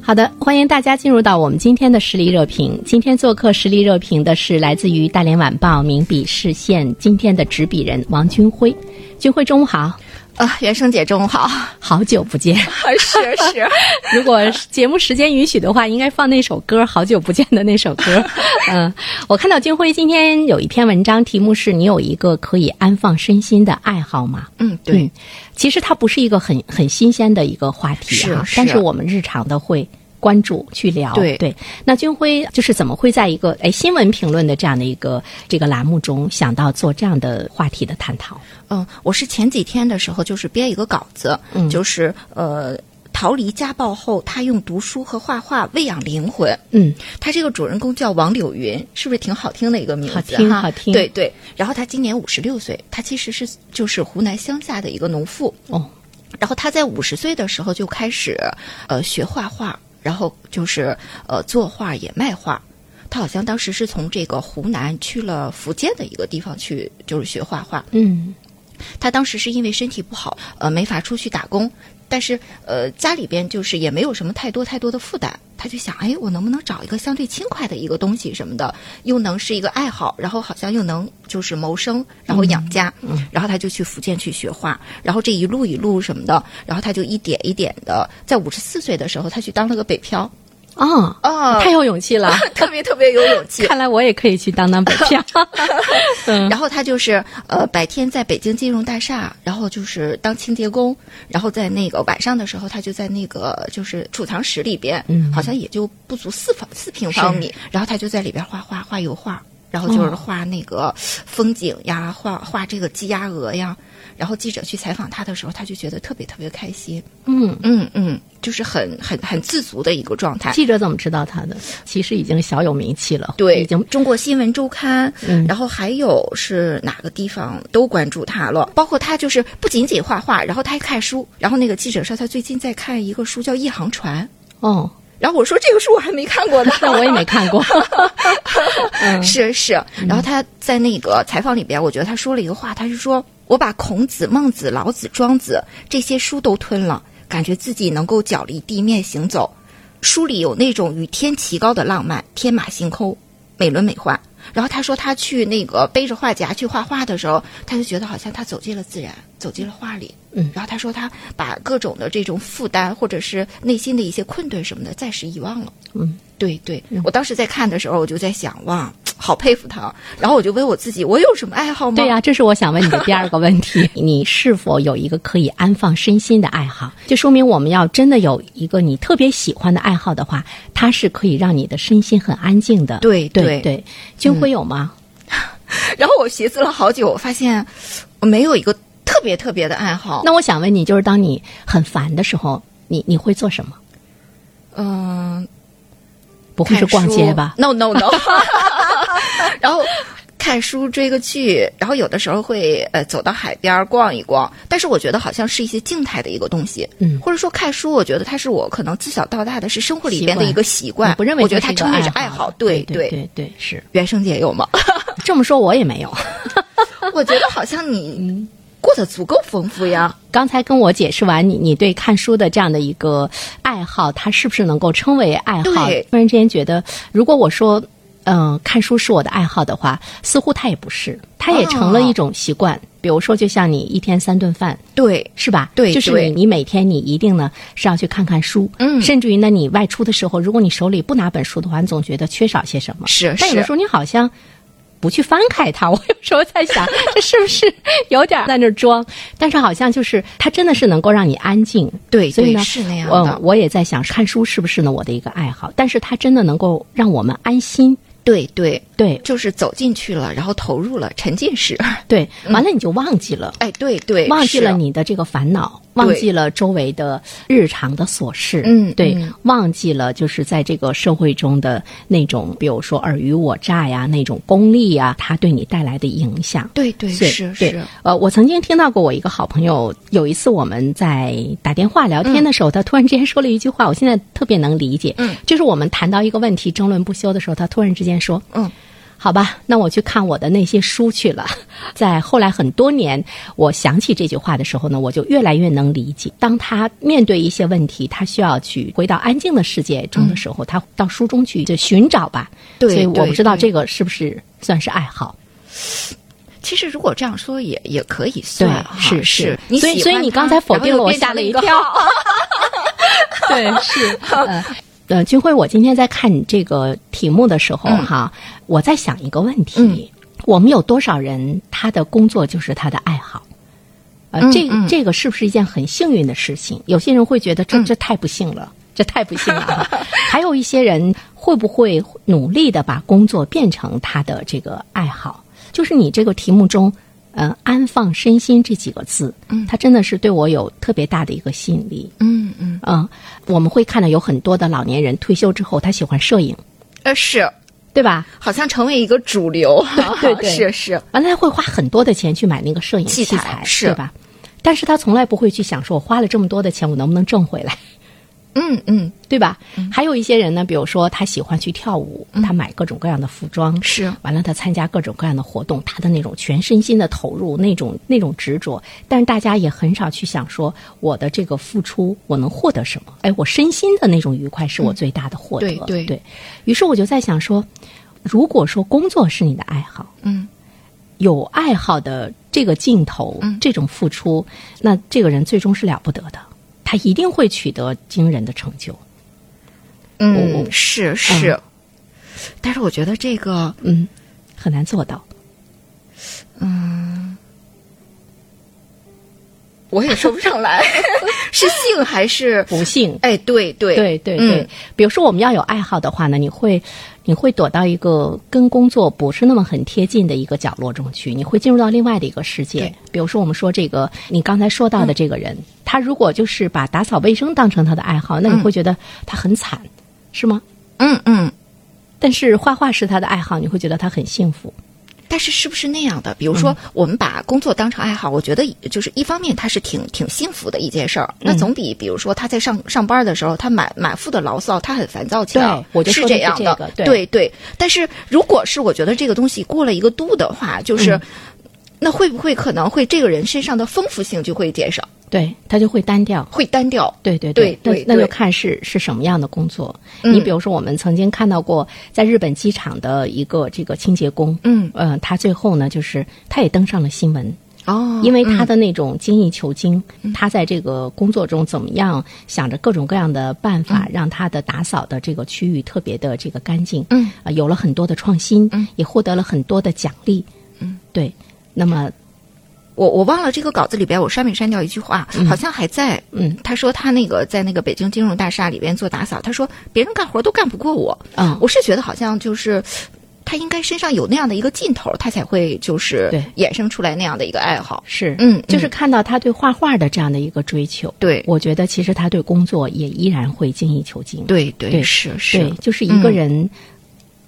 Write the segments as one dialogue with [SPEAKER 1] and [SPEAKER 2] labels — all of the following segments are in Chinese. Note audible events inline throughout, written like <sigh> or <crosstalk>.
[SPEAKER 1] 好的，欢迎大家进入到我们今天的实力热评。今天做客实力热评的是来自于大连晚报名笔视线今天的执笔人王军辉。军辉，中午好。
[SPEAKER 2] 啊，袁生姐，中午好！
[SPEAKER 1] 好久不见，
[SPEAKER 2] <laughs> 是是，
[SPEAKER 1] <laughs> 如果节目时间允许的话，应该放那首歌《好久不见》的那
[SPEAKER 2] <laughs>
[SPEAKER 1] 首歌。嗯，我看到金辉今天有一篇文章，题目是“你有一个可以安放身心的爱好吗？”
[SPEAKER 2] <laughs> 嗯，对，
[SPEAKER 1] 其实它不是一个很很新鲜的一个话题
[SPEAKER 2] 是
[SPEAKER 1] 啊，
[SPEAKER 2] 是
[SPEAKER 1] 但是我们日常的会。关注去聊，
[SPEAKER 2] 对
[SPEAKER 1] 那军辉就是怎么会在一个哎新闻评论的这样的一个这个栏目中想到做这样的话题的探讨？
[SPEAKER 2] 嗯，我是前几天的时候就是编一个稿子，
[SPEAKER 1] 嗯
[SPEAKER 2] 就是呃。逃离家暴后，他用读书和画画喂养灵魂。
[SPEAKER 1] 嗯，
[SPEAKER 2] 他这个主人公叫王柳云，是不是挺好听的一个名字？
[SPEAKER 1] 好听
[SPEAKER 2] 哈
[SPEAKER 1] 好听
[SPEAKER 2] 对对。然后他今年五十六岁，他其实是就是湖南乡下的一个农妇。
[SPEAKER 1] 哦，
[SPEAKER 2] 然后他在五十岁的时候就开始呃学画画，然后就是呃作画也卖画。他好像当时是从这个湖南去了福建的一个地方去，就是学画画。
[SPEAKER 1] 嗯
[SPEAKER 2] 他当时是因为身体不好，呃，没法出去打工，但是呃，家里边就是也没有什么太多太多的负担，他就想，哎，我能不能找一个相对轻快的一个东西什么的，又能是一个爱好，然后好像又能就是谋生，然后养家，然后他就去福建去学画，然后这一路一路什么的，然后他就一点一点的，在五十四岁的时候，他去当了个北漂，
[SPEAKER 1] 哦，
[SPEAKER 2] 啊
[SPEAKER 1] 太有勇气了。
[SPEAKER 2] 特别特别有勇
[SPEAKER 1] <laughs>
[SPEAKER 2] 气，
[SPEAKER 1] 看来我也可以去当当北 <laughs> 漂。嗯
[SPEAKER 2] 然后他就是呃白天在北京金融大厦，然后就是当清洁工，然后在那个晚上的时候，他就在那个呃就是储藏室里边，
[SPEAKER 1] 嗯
[SPEAKER 2] 好像也就不足四方四平方米，然后他就在里边画画画油画，然后就是
[SPEAKER 1] 哦
[SPEAKER 2] 画那个风景呀，画画这个鸡鸭鹅呀，然后记者去采访他的时候，他就觉得特别特别开心，
[SPEAKER 1] 嗯，
[SPEAKER 2] 嗯嗯，就是很很很自足的一个状态。
[SPEAKER 1] 记者怎么知道他的？其实已经小有名气了，
[SPEAKER 2] 对，
[SPEAKER 1] 已经
[SPEAKER 2] 中国新闻周刊，
[SPEAKER 1] 嗯
[SPEAKER 2] 然后还有是哪个地方都关注他了，包括他就是不仅仅画画，然后他还看书，然后那个记者说他最近在看一个书叫《一行船》，
[SPEAKER 1] 哦，，
[SPEAKER 2] 然后我说这个书我还没看过呢嗯
[SPEAKER 1] 但我也没看 <laughs> 过。
[SPEAKER 2] 是是，然后他在那个采访里边，我觉得他说了一个话，他是说我把孔子、孟子、老子、庄子这些书都吞了，感觉自己能够脚离地面行走。书里有那种与天齐高的浪漫，天马行空，美轮美奂。然后他说他去那个背着画夹去画画的时候，他就觉得好像他走进了自然，走进了画里。
[SPEAKER 1] 嗯
[SPEAKER 2] 然后他说他把各种的这种负担或者是内心的一些困顿什么的暂时遗忘了。
[SPEAKER 1] 嗯，
[SPEAKER 2] 对对，我当时在看的时候，我就在想，哇，好佩服他。然后我就问我自己，我有什么爱好吗？
[SPEAKER 1] 对呀、这是我想问你的第二个问 <laughs> 题：你是否有一个可以安放身心的爱好？就说明我们要真的有一个你特别喜欢的爱好的话，它是可以让你的身心很安静的。
[SPEAKER 2] 对
[SPEAKER 1] 对
[SPEAKER 2] 对
[SPEAKER 1] 对，军辉有吗？
[SPEAKER 2] 然后我寻思了好久，我发现我没有一个特别特别的爱好。
[SPEAKER 1] 那我想问你，就是当你很烦的时候，你你会做什么？
[SPEAKER 2] 嗯、
[SPEAKER 1] 不会是逛街吧？
[SPEAKER 2] ？No
[SPEAKER 1] <laughs>
[SPEAKER 2] No No 。然后看书、追个剧，然后有的时候会呃走到海边儿逛一逛。但是我觉得好像是一些静态的一个东西，
[SPEAKER 1] 嗯
[SPEAKER 2] 或者说看书，我觉得它是我可能自小到大的是生活里边的
[SPEAKER 1] 习惯
[SPEAKER 2] 一个习惯。
[SPEAKER 1] 你不认为
[SPEAKER 2] 我觉得
[SPEAKER 1] 这
[SPEAKER 2] 它
[SPEAKER 1] 是一个
[SPEAKER 2] 称为是
[SPEAKER 1] 爱
[SPEAKER 2] 爱
[SPEAKER 1] 好
[SPEAKER 2] 好
[SPEAKER 1] 的，
[SPEAKER 2] 对
[SPEAKER 1] 对对对，是
[SPEAKER 2] 原生姐有
[SPEAKER 1] <laughs>
[SPEAKER 2] 吗？
[SPEAKER 1] 这么说我也没有。
[SPEAKER 2] 我觉得好像
[SPEAKER 1] 嗯
[SPEAKER 2] 你过得足够丰富呀。
[SPEAKER 1] 刚才跟我解释完你你对看书的这样的一个爱好，它是不是能够称为爱好？
[SPEAKER 2] 对
[SPEAKER 1] 突然之间觉得，如果我说，嗯、看书是我的爱好的话，似乎它也不是，它也成
[SPEAKER 2] 哦
[SPEAKER 1] 了一种习惯。比如说，就像你一天三顿饭，
[SPEAKER 2] 对，
[SPEAKER 1] 是吧？
[SPEAKER 2] 对
[SPEAKER 1] 就是
[SPEAKER 2] 对
[SPEAKER 1] 你，你每天你一定呢是要去看看书，
[SPEAKER 2] 嗯
[SPEAKER 1] 甚至于呢，你外出的时候，如果你手里不拿本书的话，你总觉得缺少些什么。
[SPEAKER 2] 是
[SPEAKER 1] 但有的时
[SPEAKER 2] 是，
[SPEAKER 1] 候你好像不去翻开它， <laughs> 我有时候在
[SPEAKER 2] <laughs>
[SPEAKER 1] 想，这是不是有点在那儿装？但是好像就是它真的是能够让你安静。
[SPEAKER 2] 对
[SPEAKER 1] 所以
[SPEAKER 2] 对
[SPEAKER 1] 呢，
[SPEAKER 2] 是那样
[SPEAKER 1] 嗯
[SPEAKER 2] 的，。
[SPEAKER 1] 我也在想，看书是不是呢我的一个爱好？但是它真的能够让我们安心。
[SPEAKER 2] 对对，
[SPEAKER 1] 对
[SPEAKER 2] 就是走进去了，然后投入了，沉浸式。 <laughs>
[SPEAKER 1] 对，完了你就忘记了。
[SPEAKER 2] 哎，对嗯对，
[SPEAKER 1] 忘记
[SPEAKER 2] 是
[SPEAKER 1] 了你的这个烦恼，忘记了周围的日常的琐事，
[SPEAKER 2] 嗯
[SPEAKER 1] 对，
[SPEAKER 2] 嗯
[SPEAKER 1] 忘记了就是在这个社会中的那种，比如说尔虞我诈呀，那种功利呀，它对你带来的影响。
[SPEAKER 2] 对对
[SPEAKER 1] 对
[SPEAKER 2] 是
[SPEAKER 1] 对
[SPEAKER 2] 是，，
[SPEAKER 1] 呃，我曾经听到过我一个好朋友，有一次我们在打电话聊天的时候，他突然之间说了一句话，我现在特别能理解，
[SPEAKER 2] 嗯，
[SPEAKER 1] 就是我们谈到一个问题争论不休的时候，他突然之间说，
[SPEAKER 2] 嗯，
[SPEAKER 1] 好吧，那我去看我的那些书去了。 <laughs> 在后来很多年，我想起这句话的时候呢，我就越来越能理解。当他面对一些问题，他需要去回到安静的世界中的时候，他到书中去就寻找吧。
[SPEAKER 2] 嗯对
[SPEAKER 1] 所以我
[SPEAKER 2] 对
[SPEAKER 1] 不知道
[SPEAKER 2] 对
[SPEAKER 1] 这个是不是算是爱好。
[SPEAKER 2] 其实如果这样说也也可以算哈，
[SPEAKER 1] 是
[SPEAKER 2] 是
[SPEAKER 1] 是。。
[SPEAKER 2] 你
[SPEAKER 1] 所以
[SPEAKER 2] 喜
[SPEAKER 1] 所以
[SPEAKER 2] 欢
[SPEAKER 1] 你
[SPEAKER 2] 它
[SPEAKER 1] 刚才否
[SPEAKER 2] 然后
[SPEAKER 1] 定
[SPEAKER 2] 又
[SPEAKER 1] 了我，
[SPEAKER 2] 变
[SPEAKER 1] 吓
[SPEAKER 2] 成
[SPEAKER 1] 了
[SPEAKER 2] 了
[SPEAKER 1] 一
[SPEAKER 2] 个
[SPEAKER 1] 跳。 <laughs> 对，
[SPEAKER 2] <laughs>
[SPEAKER 1] 是。呃呃，军辉，我今天在看你这个题目的时候，
[SPEAKER 2] 嗯
[SPEAKER 1] 哈，我在想一个问题：
[SPEAKER 2] 嗯
[SPEAKER 1] 我们有多少人他的工作就是他的爱好？呃，
[SPEAKER 2] 嗯
[SPEAKER 1] 这
[SPEAKER 2] 嗯
[SPEAKER 1] 这个是不是一件很幸运的事情？有些人会觉得这
[SPEAKER 2] 嗯
[SPEAKER 1] 这太不幸了，这太不幸了哈。
[SPEAKER 2] <laughs>
[SPEAKER 1] 还有一些人会不会努力的把工作变成他的这个爱好？就是你这个题目中，呃，安放身心这几个字，嗯，它真的是对我有特别大的一个吸引力。
[SPEAKER 2] 嗯嗯，
[SPEAKER 1] <laughs> 嗯，我们会看到有很多的老年人退休之后，他喜欢摄影，
[SPEAKER 2] 呃是，
[SPEAKER 1] 对吧？
[SPEAKER 2] 好像成为一个主流，
[SPEAKER 1] <laughs> 对对
[SPEAKER 2] 是是，
[SPEAKER 1] 完了，他会花很多的钱去买那个摄影
[SPEAKER 2] 器
[SPEAKER 1] 材，
[SPEAKER 2] 材是
[SPEAKER 1] 对吧？但是他从来不会去想说，我花了这么多的钱，我能不能挣回来，
[SPEAKER 2] 嗯嗯嗯
[SPEAKER 1] 对吧？还有一些人呢，比如说他喜欢去跳舞，他买各种各样的服装，
[SPEAKER 2] 是
[SPEAKER 1] 完了，他参加各种各样的活动，他的那种全身心的投入，那种那种执着，但是大家也很少去想说我的这个付出，我能获得什么？哎，我身心的那种愉快是我最大的获得。
[SPEAKER 2] 对对
[SPEAKER 1] 于是我就在想说，如果说工作是你的爱好，
[SPEAKER 2] 嗯，
[SPEAKER 1] 有爱好的这个劲头，
[SPEAKER 2] 嗯
[SPEAKER 1] 这种付出，那这个人最终是了不得的，他一定会取得惊人的成就。哦
[SPEAKER 2] 嗯是是，但是我觉得这个
[SPEAKER 1] 嗯，很难做到。
[SPEAKER 2] 我也说不上来， <laughs> 是幸还是？
[SPEAKER 1] 不幸，
[SPEAKER 2] 哎，对对
[SPEAKER 1] 对对对，
[SPEAKER 2] 嗯
[SPEAKER 1] 比如说我们要有爱好的话呢，你会你会躲到一个跟工作不是那么很贴近的一个角落中去，你会进入到另外的一个世界
[SPEAKER 2] 对。嗯
[SPEAKER 1] 比如说我们说这个你刚才说到的这个人，他如果就是把打扫卫生当成他的爱好，那你会觉得他很惨，是吗？
[SPEAKER 2] 嗯嗯。
[SPEAKER 1] 但是画画是他的爱好，你会觉得他很幸福。
[SPEAKER 2] 但是是不是那样的？比如
[SPEAKER 1] 嗯
[SPEAKER 2] 说，我们把工作当成爱好，我觉得就是一方面，它是挺挺幸福的一件事儿，
[SPEAKER 1] 嗯
[SPEAKER 2] 那总比比如说他在上上班的时候，他满满腹的牢骚，他很烦躁起来
[SPEAKER 1] 对，我就是说的
[SPEAKER 2] 这
[SPEAKER 1] 是
[SPEAKER 2] 样
[SPEAKER 1] 这
[SPEAKER 2] 的
[SPEAKER 1] 个，对
[SPEAKER 2] 对对。但是如果是我觉得这个东西过了一个度的话，
[SPEAKER 1] 嗯
[SPEAKER 2] 就是、那会不会可能会这个人身上的丰富性就会减少，
[SPEAKER 1] 对他就会单调，
[SPEAKER 2] 会单调？
[SPEAKER 1] 对对
[SPEAKER 2] 对对
[SPEAKER 1] 那那
[SPEAKER 2] 对
[SPEAKER 1] 就看是是什么样的工作。
[SPEAKER 2] 嗯
[SPEAKER 1] 你比如说，我们曾经看到过在日本机场的一个这个清洁工，
[SPEAKER 2] 嗯
[SPEAKER 1] 呃，他最后呢，就是他也登上了新闻，
[SPEAKER 2] 哦嗯
[SPEAKER 1] 因为他的那种精益求精，他在这个工作中怎么样想着各种各样的办
[SPEAKER 2] 嗯
[SPEAKER 1] 法，让他的打扫的这个区域特别的这个干净，
[SPEAKER 2] 嗯
[SPEAKER 1] 呃有了很多的创新，嗯，也获得了很多的奖励，嗯，对，那么
[SPEAKER 2] 我我忘了这个稿子里边我删没删掉一句话，好像还在。
[SPEAKER 1] 嗯，
[SPEAKER 2] 他说他那个在那个北京金融大厦里边做打扫，他说别人干活都干不过我。
[SPEAKER 1] 啊，
[SPEAKER 2] 我是觉得好像就是他应该身上有那样的一个劲头，他才会就是
[SPEAKER 1] 对
[SPEAKER 2] 衍生出来那样的一个爱好。
[SPEAKER 1] 是，
[SPEAKER 2] 嗯
[SPEAKER 1] 就是
[SPEAKER 2] 嗯
[SPEAKER 1] 看到他对画画的这样的一个追求，
[SPEAKER 2] 对
[SPEAKER 1] 我觉得其实他对工作也依然会精益求精，
[SPEAKER 2] 对对
[SPEAKER 1] 对
[SPEAKER 2] 是
[SPEAKER 1] 对
[SPEAKER 2] 是，
[SPEAKER 1] 就是一个
[SPEAKER 2] 嗯
[SPEAKER 1] 人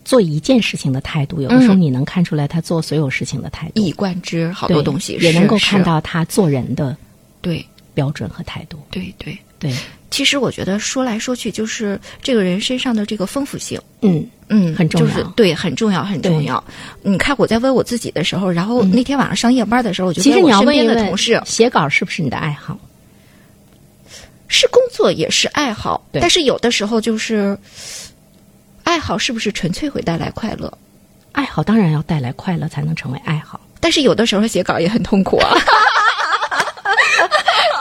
[SPEAKER 1] 做一件事情的态度，有的时候
[SPEAKER 2] 嗯
[SPEAKER 1] 你能看出来他做所有事情的态度，
[SPEAKER 2] 一以贯之，好
[SPEAKER 1] 好
[SPEAKER 2] 多东西
[SPEAKER 1] 也能
[SPEAKER 2] 是
[SPEAKER 1] 够
[SPEAKER 2] 是
[SPEAKER 1] 看到他做人的
[SPEAKER 2] 对
[SPEAKER 1] 标准和态度，
[SPEAKER 2] 对对。
[SPEAKER 1] 对，
[SPEAKER 2] 其实我觉得说来说去就是这个人身上的这个丰富性。
[SPEAKER 1] 嗯，
[SPEAKER 2] 嗯，
[SPEAKER 1] 很重要
[SPEAKER 2] 就是对，很重要，很重要。你看，我在问我自己的时候，然后那天晚上上夜班的时候，我就
[SPEAKER 1] 嗯其实
[SPEAKER 2] 问
[SPEAKER 1] 你
[SPEAKER 2] 我
[SPEAKER 1] 要
[SPEAKER 2] 身
[SPEAKER 1] 问
[SPEAKER 2] 边
[SPEAKER 1] 一
[SPEAKER 2] 的
[SPEAKER 1] 问
[SPEAKER 2] 同事，
[SPEAKER 1] 写稿是不是你的爱好？
[SPEAKER 2] 是工作也是爱好，
[SPEAKER 1] 对
[SPEAKER 2] 但是有的时候就是爱好是不是纯粹会带来快乐？
[SPEAKER 1] 爱好当然要带来快乐才能成为爱 <laughs> 好，
[SPEAKER 2] 但是有的时候写稿也很痛苦啊。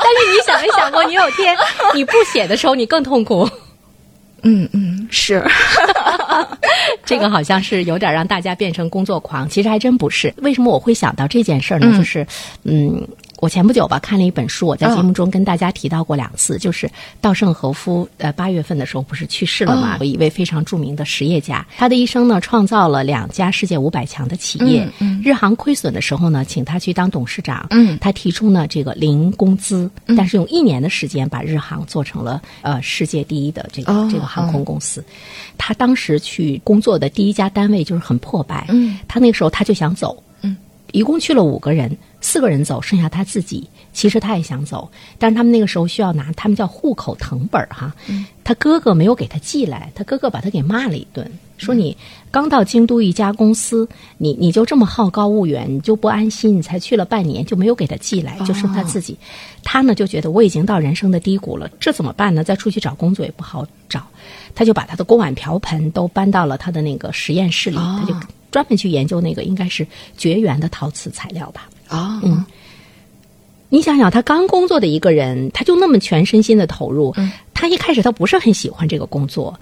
[SPEAKER 1] 但是哎你想没想过，你有天你不写的时候你更痛苦？
[SPEAKER 2] 嗯嗯， <laughs> 是， <laughs>
[SPEAKER 1] 这个好像是有点让大家变成工作狂，其实还真不是。为什么我会想到这件事儿呢？
[SPEAKER 2] 嗯
[SPEAKER 1] 就是，嗯，我前不久吧看了一本书，我在节目中跟大家提到过两
[SPEAKER 2] 嗯
[SPEAKER 1] 次，就是稻盛和夫，呃，八月份的时候不是去世了嘛？
[SPEAKER 2] 哦
[SPEAKER 1] 有一位非常著名的实业家，他的一生呢，创造了两家世界五百强的企业。
[SPEAKER 2] 嗯
[SPEAKER 1] 日航亏损的时候呢，请他去当董事长。
[SPEAKER 2] 嗯
[SPEAKER 1] 他提出呢这个零工资，但是用一年的时间把日航做成了呃世界第一的这个、
[SPEAKER 2] 哦
[SPEAKER 1] 这个航空公司。他当时去工作的第一家单位就是很破败。
[SPEAKER 2] 嗯，
[SPEAKER 1] 他那个时候他就想走。一共去了五个人，四个人走，剩下他自己。其实他也想走，但是他们那个时候需要拿，他们叫户口成本儿哈。他哥哥没有给他寄来，他哥哥把他给骂了一顿，说你刚到京都一家公司，你你就这么好高骛远，你就不安心，你才去了半年就没有给他寄来，就剩他自己。他呢就觉得我已经到人生的低谷了，这怎么办呢？再出去找工作也不好找，他就把他的锅碗瓢盆都搬到了他的那个实验室里，他就专门去研究那个应该是绝缘的陶瓷材料吧。
[SPEAKER 2] 啊，
[SPEAKER 1] 嗯你想想，他刚工作的一个人，他就那么全身心的投入，他一开始他不是很喜欢这个工作。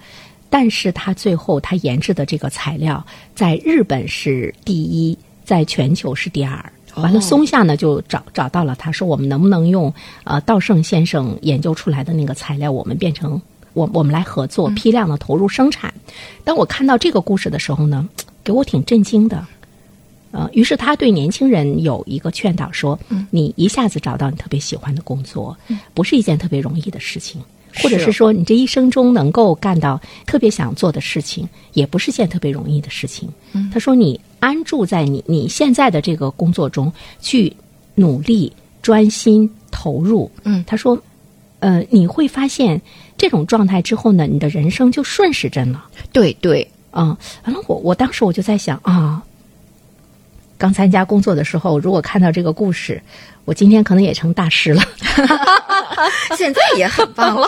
[SPEAKER 1] 但是他最后他研制的这个材料，在日本是第一，在全球是第二。完了，松下呢就找找到了他，说我们能不能用呃稻盛先生研究出来的那个材料，我们变成我我们来合作，批量的投入生产。当我看到这个故事的时候呢，给我挺震惊的。呃，于是他对年轻人有一个劝导说：“
[SPEAKER 2] 嗯
[SPEAKER 1] 你一下子找到你特别喜欢的工作，不是一件特别容易的事情，或者
[SPEAKER 2] 是哦
[SPEAKER 1] 是说你这一生中能够干到特别想做的事情，也不是件特别容易的事情。”
[SPEAKER 2] 嗯
[SPEAKER 1] 他说：“你安住在你你现在的这个工作中去努力、专心投入。”
[SPEAKER 2] 嗯
[SPEAKER 1] 他说：“呃，你会发现这种状态之后呢，你的人生就顺时针了。”
[SPEAKER 2] 对对， <laughs>
[SPEAKER 1] 啊、完了我我当时我就在想啊，刚参加工作的时候，如果看到这个故事，我今天可能也成大师了。
[SPEAKER 2] 现在也很棒 <laughs> 了。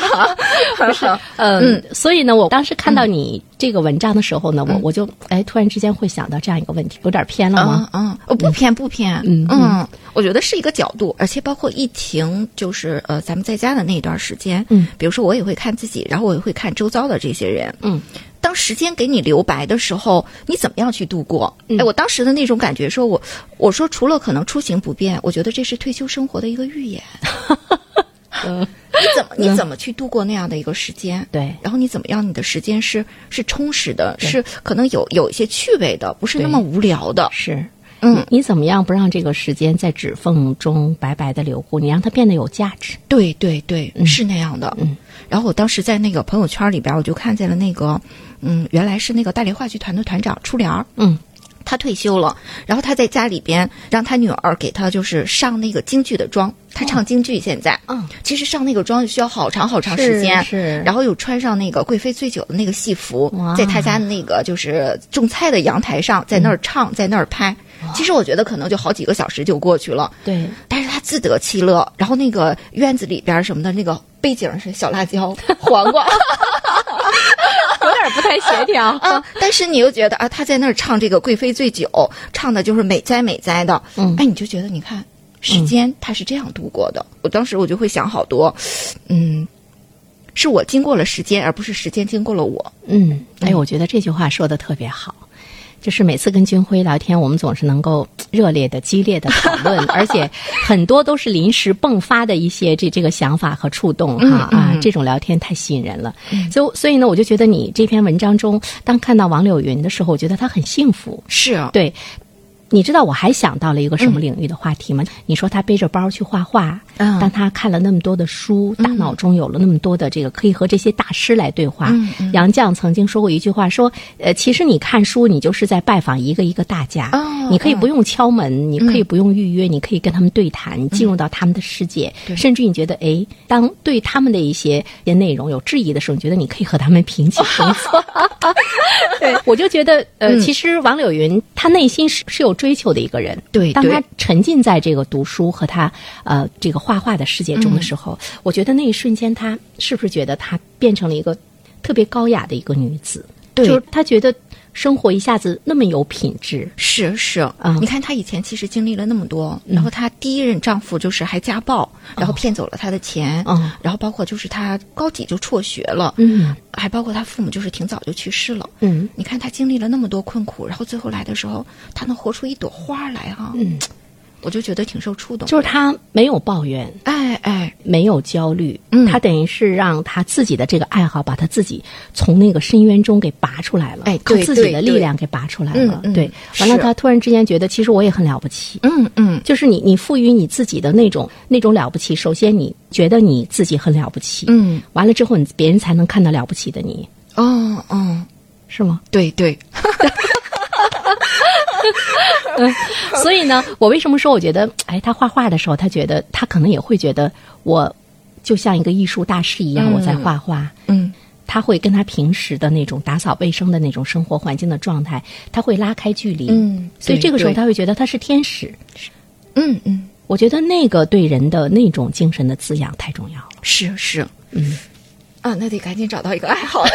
[SPEAKER 1] <laughs> 嗯，所以呢，我当时看到你这个文章的时候呢，我我就哎突然之间会想到这样一个问题，有点偏了吗？
[SPEAKER 2] 嗯嗯，哦不偏不偏，
[SPEAKER 1] 嗯
[SPEAKER 2] 嗯，我觉得是一个角度，而且包括疫情，就是呃，咱们在家的那一段时间，
[SPEAKER 1] 嗯，
[SPEAKER 2] 比如说我也会看自己，然后我也会看周遭的这些人，
[SPEAKER 1] 嗯，
[SPEAKER 2] 当时间给你留白的时候，你怎么样去度过？
[SPEAKER 1] 嗯
[SPEAKER 2] 哎，我当时的那种感觉，说我我说除了可能出行不便，我觉得这是退休生活的一个预
[SPEAKER 1] <laughs>
[SPEAKER 2] 演。你怎么你怎么去度过那样的一个时间？
[SPEAKER 1] 嗯对
[SPEAKER 2] 然后你怎么样？你的时间是是充实的，是可能有有一些趣味的，不是那
[SPEAKER 1] 对
[SPEAKER 2] 么无聊的。
[SPEAKER 1] 是。
[SPEAKER 2] 嗯
[SPEAKER 1] 你，你怎么样不让这个时间在指缝中白白的流过？你让它变得有价值。
[SPEAKER 2] 对对对，是那样的。嗯，然后我当时在那个朋友圈里边，我就看见了那个，嗯，原来是那个大连话剧团的团长初莲儿，
[SPEAKER 1] 嗯，
[SPEAKER 2] 他退休了，然后他在家里边让他女儿给他就是上那个京剧的妆，他唱京剧现在，
[SPEAKER 1] 嗯，
[SPEAKER 2] 其实上那个妆需要好长好长时间，
[SPEAKER 1] 是是
[SPEAKER 2] 然后又穿上那个贵妃醉酒的那个戏服
[SPEAKER 1] 哇，
[SPEAKER 2] 在他家的那个就是种菜的阳台上，在那儿唱，在那儿拍。其实我觉得可能就好几个小时就过去了，
[SPEAKER 1] 对，
[SPEAKER 2] 但是他自得其乐。然后那个院子里边什么的，那个背景是小辣椒、
[SPEAKER 1] <laughs>
[SPEAKER 2] 黄瓜
[SPEAKER 1] 有点不太协 <laughs> 调。
[SPEAKER 2] 啊，但是你又觉得啊，他在那儿唱这个《贵妃醉酒》，唱的就是美哉美哉的。
[SPEAKER 1] 嗯
[SPEAKER 2] 哎，你就觉得你看时间他是这样度过的。我当时我就会想好多，嗯，是我经过了时间，而不是时间经过了我。
[SPEAKER 1] 嗯，哎，我觉得这句话说的特别好，就是每次跟军辉聊天，我们总是能够嘖热烈的、激烈的讨论，而且很多都是临时迸发的一些这这个想法和触动哈、
[SPEAKER 2] 嗯
[SPEAKER 1] 啊，这种聊天太吸引人了。所以，所以呢，我就觉得你这篇文章中，当看到王柳云的时候，我觉得她很幸福。
[SPEAKER 2] 是啊，
[SPEAKER 1] 对，你知道我还想到了一个什么领域的话题吗？你说他背着包去画画，
[SPEAKER 2] 嗯
[SPEAKER 1] 当他看了那么多的书，大脑中有了那么多的这个可以和这些大师来对话。
[SPEAKER 2] 嗯
[SPEAKER 1] 杨绛曾经说过一句话，说呃，其实你看书，你就是在拜访一个一个大家，
[SPEAKER 2] 哦嗯
[SPEAKER 1] 你可以不用敲门，你可以不用预约，你可以跟他们对谈，你进入到他们的世界，
[SPEAKER 2] 对
[SPEAKER 1] 甚至你觉得哎，当对他们的一些一些内容有质疑的时候，你觉得你可以和他们平
[SPEAKER 2] <laughs>
[SPEAKER 1] 起平坐。对，我就觉得，呃，其实王柳云她内心是是有追求的一个人。
[SPEAKER 2] 对
[SPEAKER 1] 当
[SPEAKER 2] 对
[SPEAKER 1] 她沉浸在这个读书和她呃这个画画的世界中的时候，我觉得那一瞬间，她是不是觉得她变成了一个特别高雅的一个女子？
[SPEAKER 2] 对
[SPEAKER 1] 就是她觉得生活一下子那么有品质。
[SPEAKER 2] 是是，
[SPEAKER 1] 嗯
[SPEAKER 2] 你看她以前其实经历了那么多，然后她第一任丈夫就是还家
[SPEAKER 1] 哦
[SPEAKER 2] 暴，然后骗走了她的钱，
[SPEAKER 1] 嗯
[SPEAKER 2] 然后包括就是她高几就辍学了，
[SPEAKER 1] 嗯
[SPEAKER 2] 还包括她父母就是挺早就去世了。
[SPEAKER 1] 嗯，
[SPEAKER 2] 你看她经历了那么多困苦，然后最后来的时候，她能活出一朵花来哈、啊。
[SPEAKER 1] 嗯，
[SPEAKER 2] 我就觉得挺受触动。
[SPEAKER 1] 就是他没有抱怨，
[SPEAKER 2] 哎哎，
[SPEAKER 1] 没有焦虑，
[SPEAKER 2] 嗯
[SPEAKER 1] 他等于是让他自己的这个爱好把他自己从那个深渊中给拔出来了，
[SPEAKER 2] 哎
[SPEAKER 1] 靠
[SPEAKER 2] 对
[SPEAKER 1] 自己
[SPEAKER 2] 对
[SPEAKER 1] 的
[SPEAKER 2] 对
[SPEAKER 1] 力量给拔出来了，
[SPEAKER 2] 嗯嗯
[SPEAKER 1] 对，完了
[SPEAKER 2] 是
[SPEAKER 1] 他突然之间觉得其实我也很了不起，
[SPEAKER 2] 嗯嗯，
[SPEAKER 1] 就是你，你赋予你自己的那种那种了不起。首先，你觉得你自己很了不起，
[SPEAKER 2] 嗯，
[SPEAKER 1] 完了之后，你别人才能看到了不起的你，
[SPEAKER 2] 哦哦，
[SPEAKER 1] 是
[SPEAKER 2] <laughs>
[SPEAKER 1] 吗？
[SPEAKER 2] 对对，
[SPEAKER 1] 所以呢，我为什么说我觉得，哎，他画画的时候，他觉得他可能也会觉得我就像一个艺术大师一样，
[SPEAKER 2] 嗯
[SPEAKER 1] 我在画画。
[SPEAKER 2] 嗯
[SPEAKER 1] 他会跟他平时的那种打扫卫生的那种生活环境的状态，他会拉开距离。
[SPEAKER 2] 嗯
[SPEAKER 1] 所以
[SPEAKER 2] 对
[SPEAKER 1] 这个时候
[SPEAKER 2] 对
[SPEAKER 1] 他会觉得他是天使。
[SPEAKER 2] 嗯嗯，
[SPEAKER 1] 我觉得那个对人的那种精神的滋养太重要了。
[SPEAKER 2] 是是，嗯啊，那得赶紧找到一个爱好了。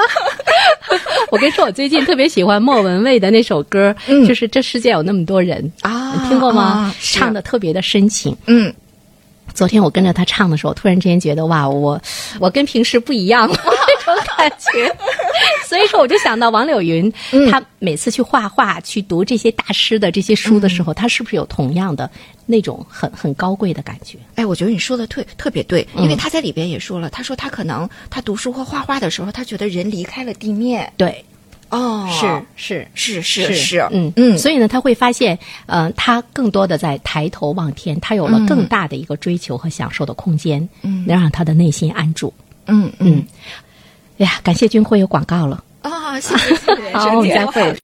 [SPEAKER 1] <laughs> 我跟你说，我最近特别喜欢莫文蔚的那首歌，
[SPEAKER 2] 嗯
[SPEAKER 1] 就是《这世界有那么多人》
[SPEAKER 2] <laughs> 啊
[SPEAKER 1] 你听过吗
[SPEAKER 2] 啊？是
[SPEAKER 1] 唱的特别的深情。
[SPEAKER 2] 嗯，
[SPEAKER 1] 昨天我跟着他唱的时候，突然之间觉得哇，我我跟平时不一样了 <laughs> 那种感觉。所以说，我就想到王柳云，她每次去画画、去读这些大师的这些书的时候，她是不是有同样的那种很很高贵的感觉？
[SPEAKER 2] 哎，我觉得你说的特特别对，因为
[SPEAKER 1] 嗯
[SPEAKER 2] 他在里边也说了，他说他可能他读书或画画的时候，他觉得人离开了地面。
[SPEAKER 1] 对，
[SPEAKER 2] 哦，
[SPEAKER 1] 是
[SPEAKER 2] 是是是，
[SPEAKER 1] 嗯嗯，
[SPEAKER 2] 嗯，
[SPEAKER 1] 所以呢，他会发现，呃，他更多的在抬头望天，他有了更大的一个追求和享受的空间，嗯，能让他的内心安住。
[SPEAKER 2] 嗯嗯
[SPEAKER 1] 哎呀，感谢军辉有广告了， <laughs> 哦
[SPEAKER 2] 啊，谢谢谢谢，
[SPEAKER 1] 好，我们
[SPEAKER 2] 沈姐
[SPEAKER 1] 再会。